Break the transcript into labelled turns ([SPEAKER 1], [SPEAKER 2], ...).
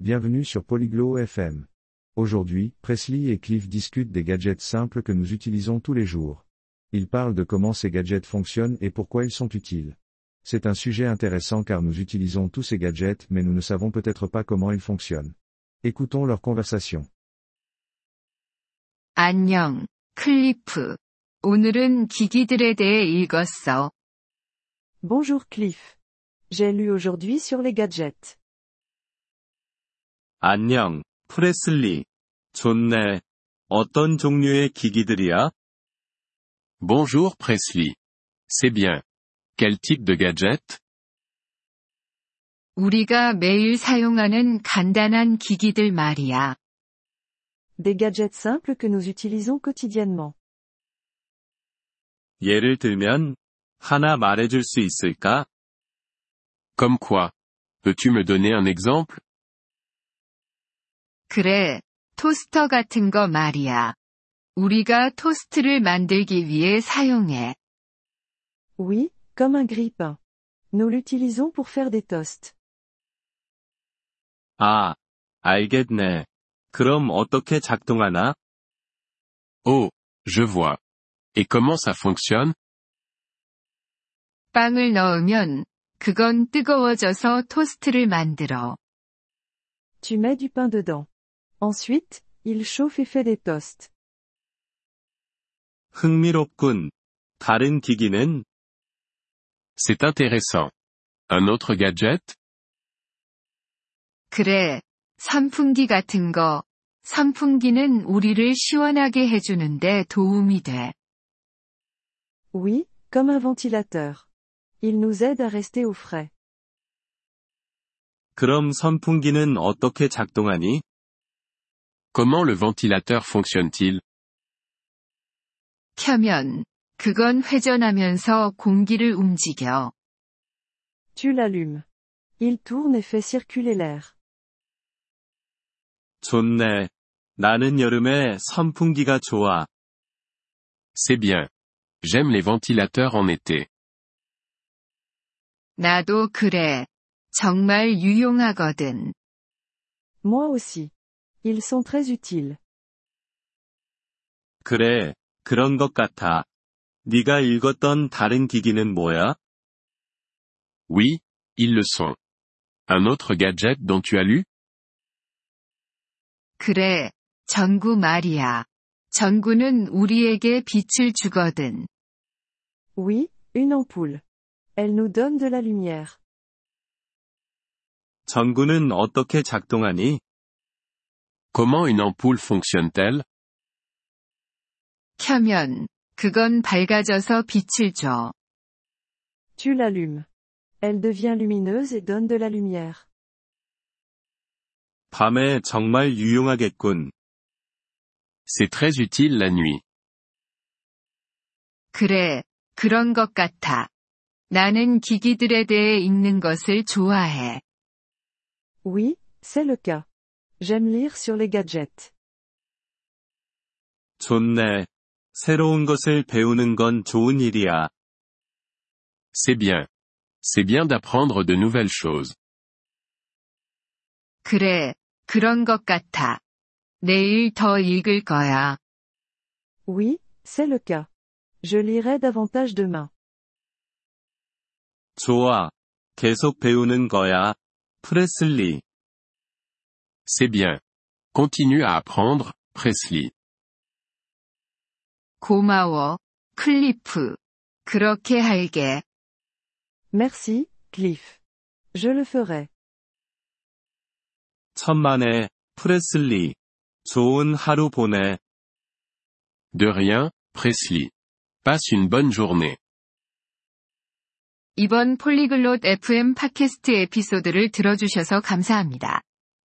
[SPEAKER 1] Bienvenue sur Polyglot FM. Aujourd'hui, Presley et Cliff discutent des gadgets simples que nous utilisons tous les jours. Ils parlent de comment ces gadgets fonctionnent et pourquoi ils sont utiles. C'est un sujet intéressant car nous utilisons tous ces gadgets mais nous ne savons peut-être pas comment ils fonctionnent. Écoutons leur conversation.
[SPEAKER 2] 안녕, 클리프. 오늘은 기기들에 대해 읽었어.
[SPEAKER 3] Bonjour Cliff. J'ai lu aujourd'hui sur les gadgets.
[SPEAKER 4] 안녕, 프레슬리. 좋네. 어떤 종류의 기기들이야?
[SPEAKER 5] Bonjour Presley. C'est bien. Quel type de gadget
[SPEAKER 2] 우리가 매일 사용하는 간단한 기기들 말이야.
[SPEAKER 3] Des gadgets simples que nous utilisons quotidiennement.
[SPEAKER 4] 예를 들면, 하나 말해줄 수 있을까?
[SPEAKER 5] Comme quoi Peux-tu me donner un exemple
[SPEAKER 2] 그래, 토스터 같은 거 말이야. 우리가 토스트를 만들기 위해 사용해.
[SPEAKER 3] Oui, comme un grille-pain. Nous l'utilisons pour faire des toasts.
[SPEAKER 4] 아, 알겠네. 그럼 어떻게 작동하나?
[SPEAKER 5] Oh, je vois. Et comment ça fonctionne
[SPEAKER 2] 빵을 넣으면 그건 뜨거워져서 토스트를 만들어.
[SPEAKER 3] Tu mets du pain dedans. Ensuite, il chauffe et fait des toasts.
[SPEAKER 4] 흥미롭군. 다른 기기는?
[SPEAKER 5] C'est intéressant. Un autre gadget
[SPEAKER 2] 그래, 선풍기 같은 거. 선풍기는 우리를 시원하게 해주는데 도움이 돼.
[SPEAKER 3] Oui, comme un ventilateur. Il nous aide à rester au frais.
[SPEAKER 4] 그럼 선풍기는 어떻게 작동하니?
[SPEAKER 5] Comment le ventilateur fonctionne-t-il
[SPEAKER 2] 켜면 그건 회전하면서 공기를 움직여.
[SPEAKER 3] Tu l'allumes. Il tourne et fait circuler l'air.
[SPEAKER 4] 좋네. 나는 여름에 선풍기가 좋아.
[SPEAKER 5] C'est bien. J'aime les ventilateurs en été.
[SPEAKER 2] 나도 그래. 정말 유용하거든.
[SPEAKER 3] Moi aussi. Ils sont très utiles.
[SPEAKER 4] 그래, 그런 것 같아. 네가 읽었던 다른 기기는 뭐야?
[SPEAKER 5] Oui, ils le sont. Un autre gadget dont tu as lu
[SPEAKER 2] 그래. 전구 말이야. 전구는 우리에게 빛을 주거든.
[SPEAKER 3] Oui, une ampoule. Elle nous donne de la lumière.
[SPEAKER 4] 전구는 어떻게 작동하니?
[SPEAKER 5] Comment une ampoule fonctionne-t-elle
[SPEAKER 2] 켜면 그건 밝아져서 빛을 줘.
[SPEAKER 3] Tu l'allumes. Elle devient lumineuse et donne de la lumière.
[SPEAKER 4] 밤에 정말 유용하겠군.
[SPEAKER 5] C'est très utile la nuit.
[SPEAKER 2] 그래. 그런 것 같아. 나는 기기들에 대해 읽는 것을 좋아해.
[SPEAKER 3] Oui, c'est le cas. J'aime lire sur les gadgets.
[SPEAKER 4] 좋네. 새로운 것을 배우는 건 좋은 일이야.
[SPEAKER 5] C'est bien. C'est bien d'apprendre de nouvelles choses.
[SPEAKER 2] 그래. 그런 것 같아. 내일 더 읽을 거야.
[SPEAKER 3] Oui, c'est le cas. Je lirai davantage demain.
[SPEAKER 4] 좋아. 계속 배우는 거야. 프레슬리.
[SPEAKER 5] C'est bien. Continue à apprendre, Presley.
[SPEAKER 2] 고마워. 클리프. 그렇게 할게.
[SPEAKER 3] Merci, Cliff. Je le ferai.
[SPEAKER 4] 천만에, 프레슬리. 좋은 하루 보내.
[SPEAKER 5] De rien, Presley. Passe une bonne journée.
[SPEAKER 2] 이번 폴리글롯 FM 팟캐스트 에피소드를 들어주셔서 감사합니다.